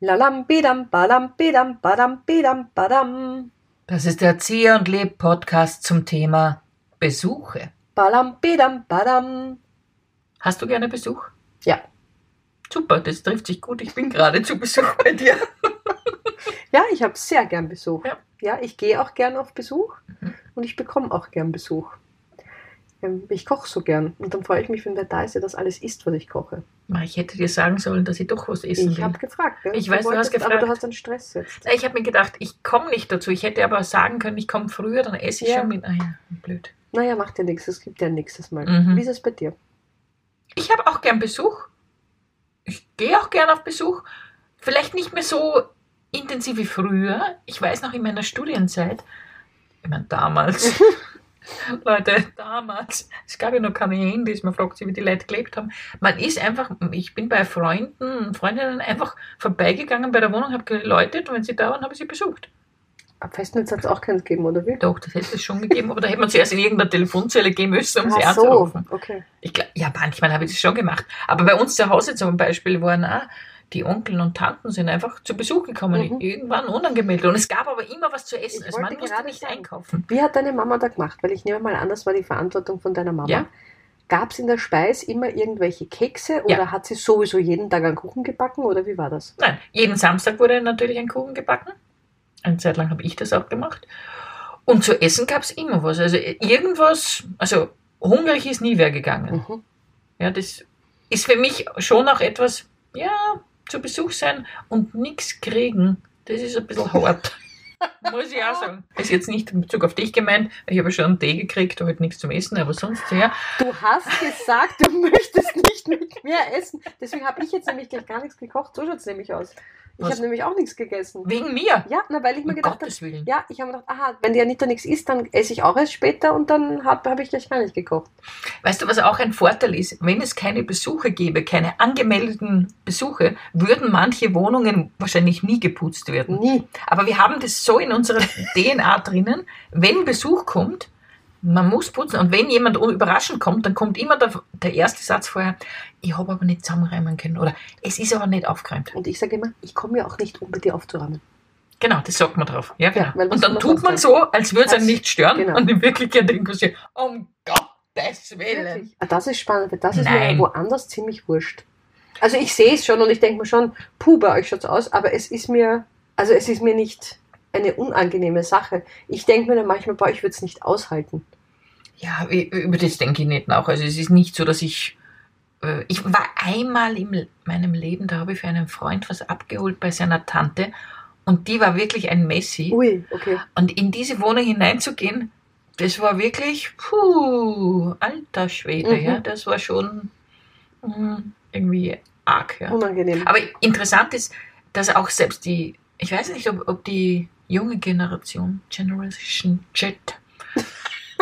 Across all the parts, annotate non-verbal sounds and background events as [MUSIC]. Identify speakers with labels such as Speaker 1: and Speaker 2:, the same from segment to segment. Speaker 1: Lalam, bedam, badam, bedam, badam, bedam, badam.
Speaker 2: Das ist der Zieh und Leb Podcast zum Thema Besuche.
Speaker 1: Badam, bedam, badam.
Speaker 2: Hast du gerne Besuch?
Speaker 1: Ja.
Speaker 2: Super, das trifft sich gut. Ich bin gerade zu Besuch bei dir.
Speaker 1: Ja, ich habe sehr gern Besuch.
Speaker 2: Ja. Mhm.
Speaker 1: Ja, ich gehe auch gern auf Besuch und ich bekomme auch gern Besuch. Ähm, Ich koche so gern und dann freue ich mich, wenn wer da ist, der das alles isst, was ich koche.
Speaker 2: Ma, Ich hätte dir sagen sollen, dass ich doch was essen
Speaker 1: ich
Speaker 2: will.
Speaker 1: habe gefragt. Gell?
Speaker 2: Ich weiß, du hast
Speaker 1: Aber du
Speaker 2: gefragt.
Speaker 1: hast einen Stress jetzt.
Speaker 2: Na, Ich habe mir gedacht, ich komme nicht dazu. Ich hätte aber sagen können, ich komme früher, dann esse ich
Speaker 1: Ja.
Speaker 2: schon mit. Ah ja, blöd.
Speaker 1: Naja, macht ja nichts. Es gibt ja ein nächstes Mal.
Speaker 2: Mhm.
Speaker 1: Wie ist es bei dir?
Speaker 2: Ich habe auch gern Besuch. Ich gehe auch gern auf Besuch. Vielleicht nicht mehr so intensiv wie früher. Ich weiß noch in meiner Studienzeit, ich meine
Speaker 1: [LAUGHS]
Speaker 2: damals, Leute, damals, es gab ja noch keine Handys, man fragt sich, wie die Leute gelebt haben. Man ist einfach, ich bin bei Freunden und Freundinnen einfach vorbeigegangen bei der Wohnung, habe geläutet und wenn sie da waren, habe ich sie besucht.
Speaker 1: Ab Festnetz hat es auch keins gegeben, oder wie?
Speaker 2: Doch, das hätte es schon gegeben, aber da hätte man zuerst in irgendeine Telefonzelle gehen müssen, um sie
Speaker 1: Ach so,
Speaker 2: anzurufen.
Speaker 1: okay.
Speaker 2: Ich glaub, ja, manchmal habe ich das schon gemacht. Aber bei uns zu Hause zum Beispiel waren auch die Onkeln und Tanten sind einfach zu Besuch gekommen,
Speaker 1: Mhm.
Speaker 2: irgendwann unangemeldet. Und es gab aber immer was zu essen.
Speaker 1: Ich
Speaker 2: Also man
Speaker 1: wollte
Speaker 2: musste
Speaker 1: gerade
Speaker 2: nicht
Speaker 1: sagen.
Speaker 2: einkaufen.
Speaker 1: Wie hat deine Mama da gemacht? Weil ich nehme mal an, das war die Verantwortung von deiner Mama.
Speaker 2: Ja.
Speaker 1: Gab es in der Speis immer irgendwelche Kekse oder hat sie sowieso jeden Tag einen Kuchen gebacken oder wie war das?
Speaker 2: Nein, jeden Samstag wurde natürlich ein Kuchen gebacken. Eine Zeit lang habe ich das auch gemacht. Und zu essen gab es immer was. Also irgendwas, also hungrig ist nie wer gegangen.
Speaker 1: Mhm.
Speaker 2: Ja, das ist für mich schon auch etwas, ja, zu Besuch sein und nichts kriegen, das ist ein
Speaker 1: [LAUGHS]
Speaker 2: bisschen hart. Muss ich auch sagen. Ist jetzt nicht in Bezug auf dich gemeint, ich habe schon einen Tee gekriegt, heute nichts zum Essen, aber sonst ja.
Speaker 1: Du hast gesagt, du [LAUGHS] möchtest nicht mit mir essen. Deswegen habe ich jetzt nämlich gleich gar nichts gekocht. So schaut es nämlich aus. Ich
Speaker 2: Was?
Speaker 1: habe nämlich auch nichts gegessen.
Speaker 2: Wegen mir.
Speaker 1: Ja, na, weil ich mir
Speaker 2: Um
Speaker 1: gedacht habe,
Speaker 2: Gottes Willen.
Speaker 1: ja, ich habe mir gedacht, aha, wenn die Anita nichts isst, dann esse ich auch erst später und dann habe hab ich gleich gar nicht gekocht.
Speaker 2: Weißt du, was auch ein Vorteil ist? Wenn es keine Besuche gäbe, keine angemeldeten Besuche, würden manche Wohnungen wahrscheinlich nie geputzt werden.
Speaker 1: Nie.
Speaker 2: Aber wir haben das so in
Speaker 1: [LAUGHS]
Speaker 2: unserer DNA drinnen, wenn Besuch kommt, man muss putzen. Und wenn jemand un- überraschend kommt, dann kommt immer der, der erste Satz vorher, ich habe aber nicht zusammenreimen können oder es ist aber nicht aufgeräumt.
Speaker 1: Und ich sage immer, ich komme ja auch nicht, um bei dir aufzuräumen.
Speaker 2: Genau, das sagt man drauf. Ja, genau.
Speaker 1: Ja, weil was
Speaker 2: und dann
Speaker 1: soll man
Speaker 2: tut man
Speaker 1: sonst
Speaker 2: so, als würde es einen
Speaker 1: Als-
Speaker 2: nicht stören
Speaker 1: genau.
Speaker 2: und in Wirklichkeit denkt man sich, um Gottes Willen.
Speaker 1: Wirklich? Ah, Das ist spannend, weil das ist
Speaker 2: Nein.
Speaker 1: mir woanders ziemlich wurscht. Also ich sehe es schon und ich denke mir schon, puh, bei euch schaut's aus, aber es ist mir, also es ist mir nicht eine unangenehme Sache. Ich denke mir dann manchmal, boah, ich würde es nicht aushalten.
Speaker 2: Ja, ü- über das denke ich nicht nach. Also es ist nicht so, dass ich. äh, Ich war einmal in Le- meinem Leben, da habe ich für einen Freund was abgeholt bei seiner Tante und die war wirklich ein Messi.
Speaker 1: Ui, okay.
Speaker 2: Und in diese Wohnung hineinzugehen, das war wirklich, puh, alter Schwede,
Speaker 1: Mhm.
Speaker 2: ja, das war schon mh, irgendwie arg, ja.
Speaker 1: Unangenehm.
Speaker 2: Aber interessant ist, dass auch selbst die, ich weiß nicht, ob, ob die junge Generation, Generation Z,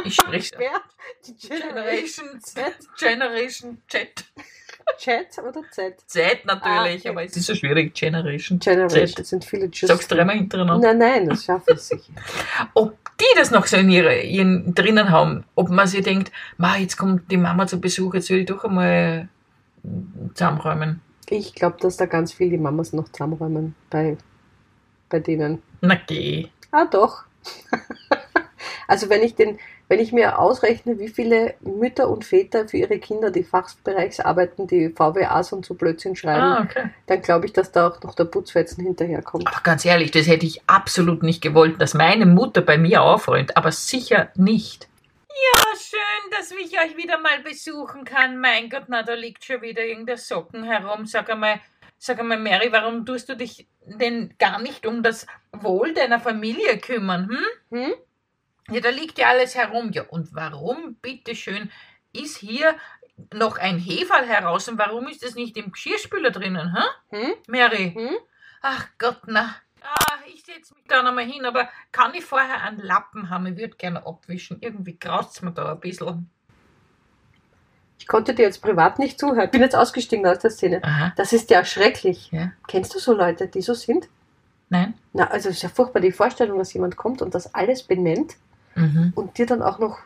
Speaker 2: ich spreche
Speaker 1: Wer? Die
Speaker 2: Generation Z,
Speaker 1: Z,
Speaker 2: Generation Z,
Speaker 1: Chat oder Z?
Speaker 2: Z natürlich,
Speaker 1: Ah, okay.
Speaker 2: aber es ist so schwierig, Generation Z.
Speaker 1: Generation, das sind viele Just.
Speaker 2: Sagst dreimal hintereinander.
Speaker 1: Nein, nein, das schaffe ich sicher.
Speaker 2: ob die das noch so in ihre, ihren drinnen haben, ob man sich denkt, ma, jetzt kommt die Mama zu Besuch, jetzt will ich doch einmal zusammenräumen.
Speaker 1: Ich glaube, dass da ganz viele Mamas noch zusammenräumen bei, bei denen.
Speaker 2: Na geh.
Speaker 1: Ah, doch. [LAUGHS] also wenn ich den, wenn ich mir ausrechne, wie viele Mütter und Väter für ihre Kinder, die Fachbereichs arbeiten, die VWAs und so Blödsinn schreiben,
Speaker 2: Ah, okay.
Speaker 1: dann glaube ich, dass da auch noch der Putzfetzen hinterherkommt.
Speaker 2: Aber ganz ehrlich, das hätte ich absolut nicht gewollt, dass meine Mutter bei mir aufräumt, aber sicher nicht. Ja, schön, dass ich euch wieder mal besuchen kann. Mein Gott, na, da liegt schon wieder irgendein Socken herum. Sag einmal, sag einmal, Mary, warum tust du dich denn gar nicht um das Wohl deiner Familie kümmern, hm?
Speaker 1: Hm?
Speaker 2: Ja, da liegt ja alles herum. Ja, und warum, bitteschön, ist hier noch ein Heferl heraus und warum ist es nicht im Geschirrspüler drinnen, hä?
Speaker 1: Hm?
Speaker 2: Mary?
Speaker 1: Hm?
Speaker 2: Ach Gott, na. Ah, ich setze mich da nochmal hin, aber kann ich vorher einen Lappen haben? Ich würde gerne abwischen. Irgendwie graust mir da ein bisschen.
Speaker 1: Ich konnte dir jetzt privat nicht zuhören. Bin jetzt ausgestiegen aus der Szene.
Speaker 2: Aha.
Speaker 1: Das ist ja schrecklich.
Speaker 2: Ja.
Speaker 1: Kennst du so Leute, die so sind?
Speaker 2: Nein?
Speaker 1: Na, also es ist ja furchtbar die Vorstellung, dass jemand kommt und das alles benennt
Speaker 2: Mhm.
Speaker 1: und dir dann auch noch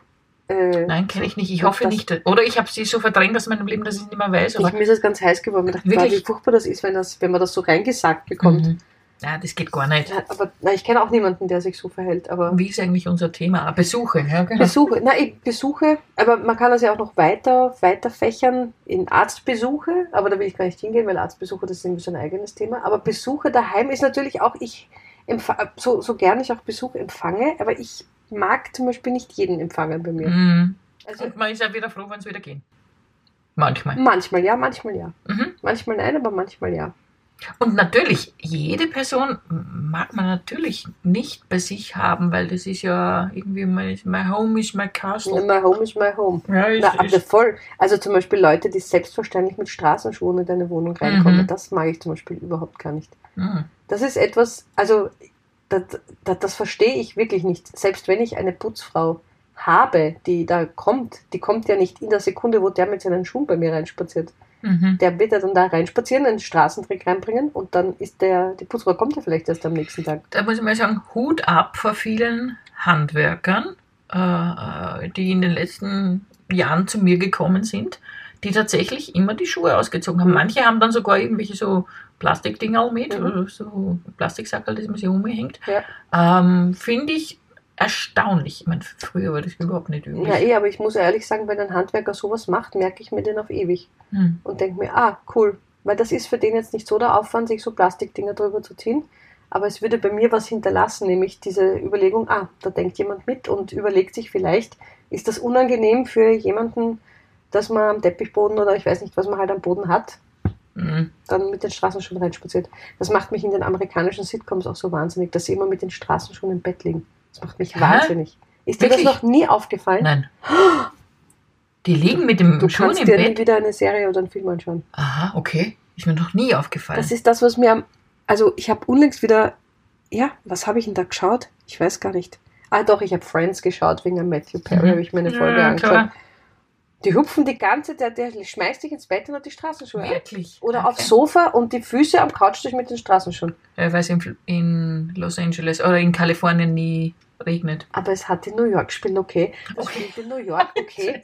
Speaker 1: Äh,
Speaker 2: Nein, kenne ich nicht. Ich
Speaker 1: Doch,
Speaker 2: hoffe
Speaker 1: das-
Speaker 2: nicht. Oder ich habe sie so verdrängt aus meinem Leben, dass ich es nicht mehr weiß.
Speaker 1: ich,
Speaker 2: Aber
Speaker 1: mir ist das ganz heiß geworden. Ich dachte, boah,
Speaker 2: Wirklich?
Speaker 1: wie furchtbar das ist, wenn, das, wenn man das so reingesagt bekommt.
Speaker 2: Mhm. Ja, das geht gar nicht.
Speaker 1: Ja, aber na, ich kenne auch niemanden, der sich so verhält. Aber
Speaker 2: Wie ist eigentlich unser Thema? Ah, Besuche, ja, genau.
Speaker 1: Besuche, na, ich Besuche, aber man kann das ja auch noch weiter, weiter fächern in Arztbesuche, aber da will ich gar nicht hingehen, weil Arztbesuche, das ist irgendwie so ein eigenes Thema. Aber Besuche daheim ist natürlich auch, ich empfa- so, so gern ich auch Besuch empfange, aber ich mag zum Beispiel nicht jeden empfangen bei mir.
Speaker 2: Mhm.
Speaker 1: Also
Speaker 2: Und man ist ja wieder froh, wenn es wieder geht. Manchmal.
Speaker 1: manchmal ja, manchmal ja.
Speaker 2: Mhm.
Speaker 1: Manchmal nein, aber manchmal ja.
Speaker 2: Und natürlich, jede Person mag man natürlich nicht bei sich haben, weil das ist ja irgendwie my, my home is my castle.
Speaker 1: My home is my home.
Speaker 2: Ja, ist,
Speaker 1: Na, aber
Speaker 2: ist,
Speaker 1: voll. Also zum Beispiel Leute, die selbstverständlich mit Straßenschuhen in deine Wohnung reinkommen,
Speaker 2: Mhm.
Speaker 1: das mag ich zum Beispiel überhaupt gar nicht.
Speaker 2: Mhm.
Speaker 1: Das ist etwas, also das, das, das verstehe ich wirklich nicht. Selbst wenn ich eine Putzfrau habe, die da kommt, die kommt ja nicht in der Sekunde, wo der mit seinen Schuhen bei mir reinspaziert.
Speaker 2: Mhm.
Speaker 1: Der wird ja dann da reinspazieren, einen Straßentrick reinbringen und dann ist der, die Putzfrau kommt ja vielleicht erst am nächsten Tag.
Speaker 2: Da muss ich mal sagen, Hut ab vor vielen Handwerkern, äh, äh, die in den letzten Jahren zu mir gekommen sind, die tatsächlich immer die Schuhe ausgezogen haben.
Speaker 1: Mhm.
Speaker 2: Manche haben dann sogar irgendwelche so Plastikdinger um mit,
Speaker 1: Mhm.
Speaker 2: oder so Plastiksackerl, das man sich umhängt.
Speaker 1: Ja.
Speaker 2: Ähm, Finde ich erstaunlich. Ich meine, früher war das überhaupt nicht üblich.
Speaker 1: Ja, eh, aber ich muss ehrlich sagen, wenn ein Handwerker sowas macht, merke ich mir den auf ewig
Speaker 2: Hm.
Speaker 1: und denke mir, ah, cool, weil das ist für den jetzt nicht so der Aufwand, sich so Plastikdinger drüber zu ziehen. Aber es würde bei mir was hinterlassen, nämlich diese Überlegung, ah, da denkt jemand mit und überlegt sich vielleicht, ist das unangenehm für jemanden, dass man am Teppichboden oder ich weiß nicht, was man halt am Boden hat,
Speaker 2: Hm.
Speaker 1: dann mit den Straßenschuhen reinspaziert. Das macht mich in den amerikanischen Sitcoms auch so wahnsinnig, dass sie immer mit den Straßenschuhen im Bett liegen. Das macht mich
Speaker 2: Hä?
Speaker 1: wahnsinnig. Ist dir das
Speaker 2: Wirklich?
Speaker 1: noch nie aufgefallen?
Speaker 2: Nein. Die liegen mit dem
Speaker 1: Du
Speaker 2: Schuhen
Speaker 1: kannst
Speaker 2: im
Speaker 1: dir nie
Speaker 2: Bett.
Speaker 1: wieder eine Serie oder einen Film anschauen.
Speaker 2: Aha, okay. Ist mir noch nie aufgefallen.
Speaker 1: Das ist das, was mir am. Also, ich habe unlängst wieder. Ja, was habe ich denn da geschaut? Ich weiß gar nicht. Ah, doch, ich habe Friends geschaut, wegen einem Matthew Perry
Speaker 2: Mhm.
Speaker 1: habe ich mir eine Folge
Speaker 2: ja,
Speaker 1: angeschaut.
Speaker 2: klar.
Speaker 1: Die hupfen die ganze Zeit, der schmeißt dich ins Bett und hat die Straßenschuhe an.
Speaker 2: Wirklich.
Speaker 1: Oder
Speaker 2: okay.
Speaker 1: aufs Sofa und die Füße am Couch durch mit den Straßenschuhen.
Speaker 2: Ja, Äh, weil es in, Fl- in Los Angeles oder in Kalifornien nie regnet.
Speaker 1: Aber es hat in New York gespielt, okay. Das
Speaker 2: Okay.
Speaker 1: spielt in New
Speaker 2: [LAUGHS]
Speaker 1: York, okay.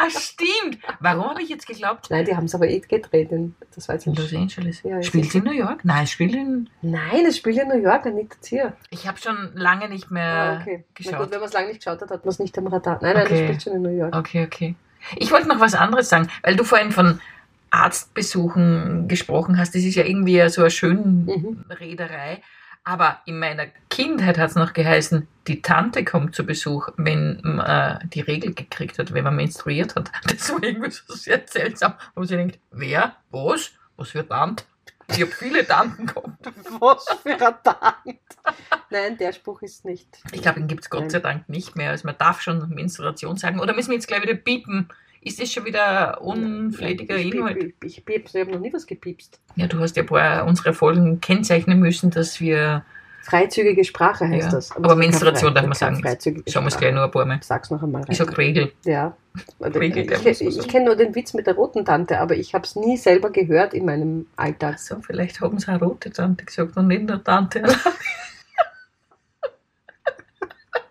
Speaker 2: Ah, stimmt. Warum habe ich jetzt geglaubt?
Speaker 1: Nein, die haben es aber eh gedreht. In, das war jetzt
Speaker 2: In
Speaker 1: in
Speaker 2: Los Angeles.
Speaker 1: Ja, ich-
Speaker 2: spielt in New York? Nein, es spielt in.
Speaker 1: Nein, es spielt in New York, Anita Zier.
Speaker 2: Ich habe schon lange nicht mehr.
Speaker 1: ah, okay. Na
Speaker 2: geschaut.
Speaker 1: gut, wenn man es lange nicht geschaut hat, hat man es nicht am Radar. Nein, nein, das
Speaker 2: Okay.
Speaker 1: spielt schon in New York.
Speaker 2: Okay, okay. Ich wollte noch was anderes sagen, weil du vorhin von Arztbesuchen gesprochen hast. Das ist ja irgendwie so eine
Speaker 1: Mhm.
Speaker 2: Schönrederei. Aber in meiner Kindheit hat es noch geheißen, die Tante kommt zu Besuch, wenn man äh, die Regel gekriegt hat, wenn man menstruiert hat. [LAUGHS] Das war irgendwie so sehr seltsam, wo sie denkt, wer, was, was für Tante? Ich habe viele Tanten gehabt.
Speaker 1: Was für ein Tand. Nein, der Spruch ist nicht.
Speaker 2: Ich glaube, den gibt es Gott sei Dank nicht mehr. Also man darf schon Menstruation sagen. Oder müssen wir jetzt gleich wieder piepen? Ist das schon wieder unflätiger
Speaker 1: ich,
Speaker 2: Inhalt?
Speaker 1: piep- Ich piepst, ich habe noch nie was gepiepst.
Speaker 2: Ja, du hast ja ein paar unserer Folgen kennzeichnen müssen, dass wir.
Speaker 1: Freizügige Sprache heißt
Speaker 2: Ja.
Speaker 1: das.
Speaker 2: Aber
Speaker 1: es ist
Speaker 2: Menstruation
Speaker 1: keine
Speaker 2: darf man
Speaker 1: keine
Speaker 2: sagen.
Speaker 1: Freizügige
Speaker 2: Schauen wir es
Speaker 1: Sprache.
Speaker 2: gleich nur ein paar Mal.
Speaker 1: Sag's noch einmal rein.
Speaker 2: Ich sag Regel.
Speaker 1: ja.
Speaker 2: Regel,
Speaker 1: Ich,
Speaker 2: der muss
Speaker 1: ich,
Speaker 2: so sein.
Speaker 1: ich kenne nur den Witz mit der roten Tante, aber ich habe es nie selber gehört in meinem Alltag.
Speaker 2: So, vielleicht haben sie eine rote Tante gesagt und nicht eine Tante.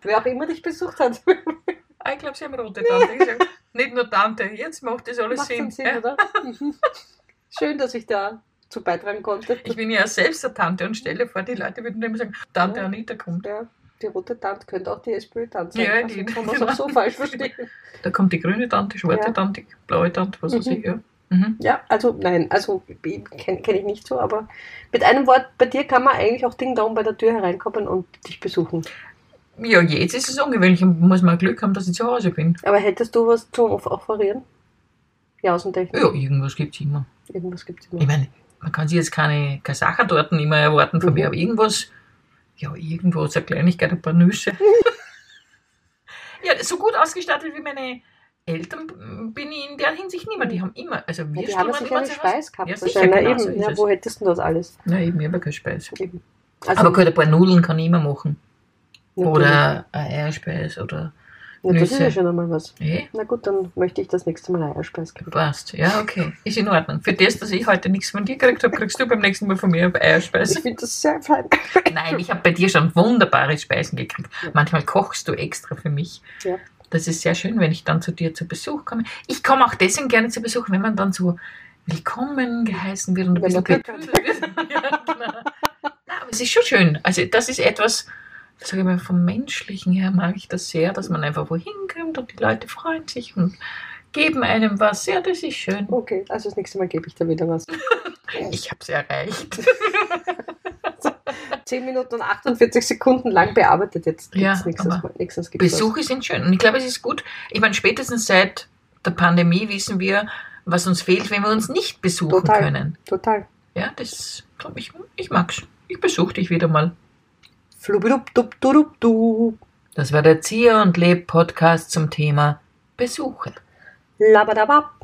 Speaker 1: Wer auch immer dich besucht hat, [LAUGHS]
Speaker 2: Ah, ich glaube, sie haben rote Tante gesagt. Nicht nur Tante. Jetzt macht das alles
Speaker 1: macht
Speaker 2: Sinn.
Speaker 1: schon Sinn,
Speaker 2: ja.
Speaker 1: oder?
Speaker 2: [LAUGHS]
Speaker 1: Mhm. Schön, dass ich da zu beitragen konnte.
Speaker 2: Ich bin ja selbst eine Tante und stelle vor, die Leute würden immer sagen, Tante
Speaker 1: Ja.
Speaker 2: Anita kommt.
Speaker 1: Ja, die rote Tante könnte auch die SPÖ-Tante sein.
Speaker 2: Ja,
Speaker 1: also
Speaker 2: die-
Speaker 1: kann man es auch
Speaker 2: [LAUGHS]
Speaker 1: so falsch verstehen.
Speaker 2: Da kommt die grüne Tante, schwarze
Speaker 1: Ja.
Speaker 2: Tante, blaue Tante, was weiß
Speaker 1: Mhm.
Speaker 2: ich. Ja. Mhm.
Speaker 1: Ja, also nein, also kenne kenn ich nicht so, aber mit einem Wort, bei dir kann man eigentlich auch Ding Dong bei der Tür hereinkommen und dich besuchen.
Speaker 2: ja, jetzt ist es ungewöhnlich und muss man Glück haben, dass ich zu Hause bin.
Speaker 1: Aber hättest du was zum Auf- Offerieren? Ja, Außentechnik.
Speaker 2: Ja, irgendwas gibt es immer.
Speaker 1: Irgendwas gibt es
Speaker 2: Ich
Speaker 1: immer.
Speaker 2: meine, man kann sich jetzt keine Kasachertorten immer erwarten von
Speaker 1: Mhm.
Speaker 2: mir, aber irgendwas, ja, irgendwo, so eine Kleinigkeit, ein paar Nüsse. [LAUGHS] ja, so gut ausgestattet wie meine Eltern bin ich in der Hinsicht niemand. Die haben immer, also
Speaker 1: Ja,
Speaker 2: wir
Speaker 1: die haben
Speaker 2: stehen
Speaker 1: sicher
Speaker 2: immer
Speaker 1: einen
Speaker 2: zu Hause.
Speaker 1: Speis gehabt.
Speaker 2: Ja, sicher,
Speaker 1: wahrscheinlich.
Speaker 2: genau so
Speaker 1: eben.
Speaker 2: ist
Speaker 1: ja,
Speaker 2: es.
Speaker 1: wo hättest du das alles?
Speaker 2: Nein, eben, ich habe keine Speise.
Speaker 1: Eben. Also,
Speaker 2: aber gut, ein paar Nudeln kann ich immer machen.
Speaker 1: natürlich.
Speaker 2: Oder eine Eierspeis oder
Speaker 1: Na, das ist
Speaker 2: Nüsse.
Speaker 1: ja schon einmal was.
Speaker 2: Nee,
Speaker 1: Na gut, dann möchte ich das nächste Mal Eierspeis kriegen.
Speaker 2: passt. Ja, okay. Ist in Ordnung. Für das, dass ich heute nichts von dir gekriegt habe, kriegst du beim nächsten Mal von mir eine
Speaker 1: Ich
Speaker 2: Eierspeise.
Speaker 1: finde das sehr fein.
Speaker 2: Nein, ich habe bei dir schon wunderbare Speisen gekriegt. Manchmal kochst du extra für mich.
Speaker 1: Ja.
Speaker 2: Das ist sehr schön, wenn ich dann zu dir zu Besuch komme. Ich komme auch deswegen gerne zu Besuch, wenn man dann so willkommen geheißen wird und ein
Speaker 1: Wenn man
Speaker 2: bisschen
Speaker 1: Glück
Speaker 2: betüdelt wird. [LAUGHS] ja, genau. Nein, aber es ist schon schön. Also das ist etwas, sage ich mal, vom Menschlichen her mag ich das sehr, dass man einfach wohin kommt und die Leute freuen sich und geben einem was. Ja, das ist schön.
Speaker 1: Okay, also das nächste Mal gebe ich dir wieder was.
Speaker 2: Ich habe es erreicht.
Speaker 1: Zehn Minuten und 48 Sekunden lang bearbeitet jetzt. Gibt's
Speaker 2: Ja,
Speaker 1: nächstes
Speaker 2: aber
Speaker 1: Mal. Nächstes gibt's was.
Speaker 2: Besuche sind schön. Und ich glaube, es ist gut. Ich meine, spätestens seit der Pandemie wissen wir, was uns fehlt, wenn wir uns nicht besuchen
Speaker 1: Total.
Speaker 2: können.
Speaker 1: Total.
Speaker 2: Ja, das glaube ich, ich mag's. Ich besuche dich wieder mal.
Speaker 1: Flubidubdubdubdub.
Speaker 2: Das war der Zier und Leb Podcast zum Thema Besuche.
Speaker 1: Labadabab.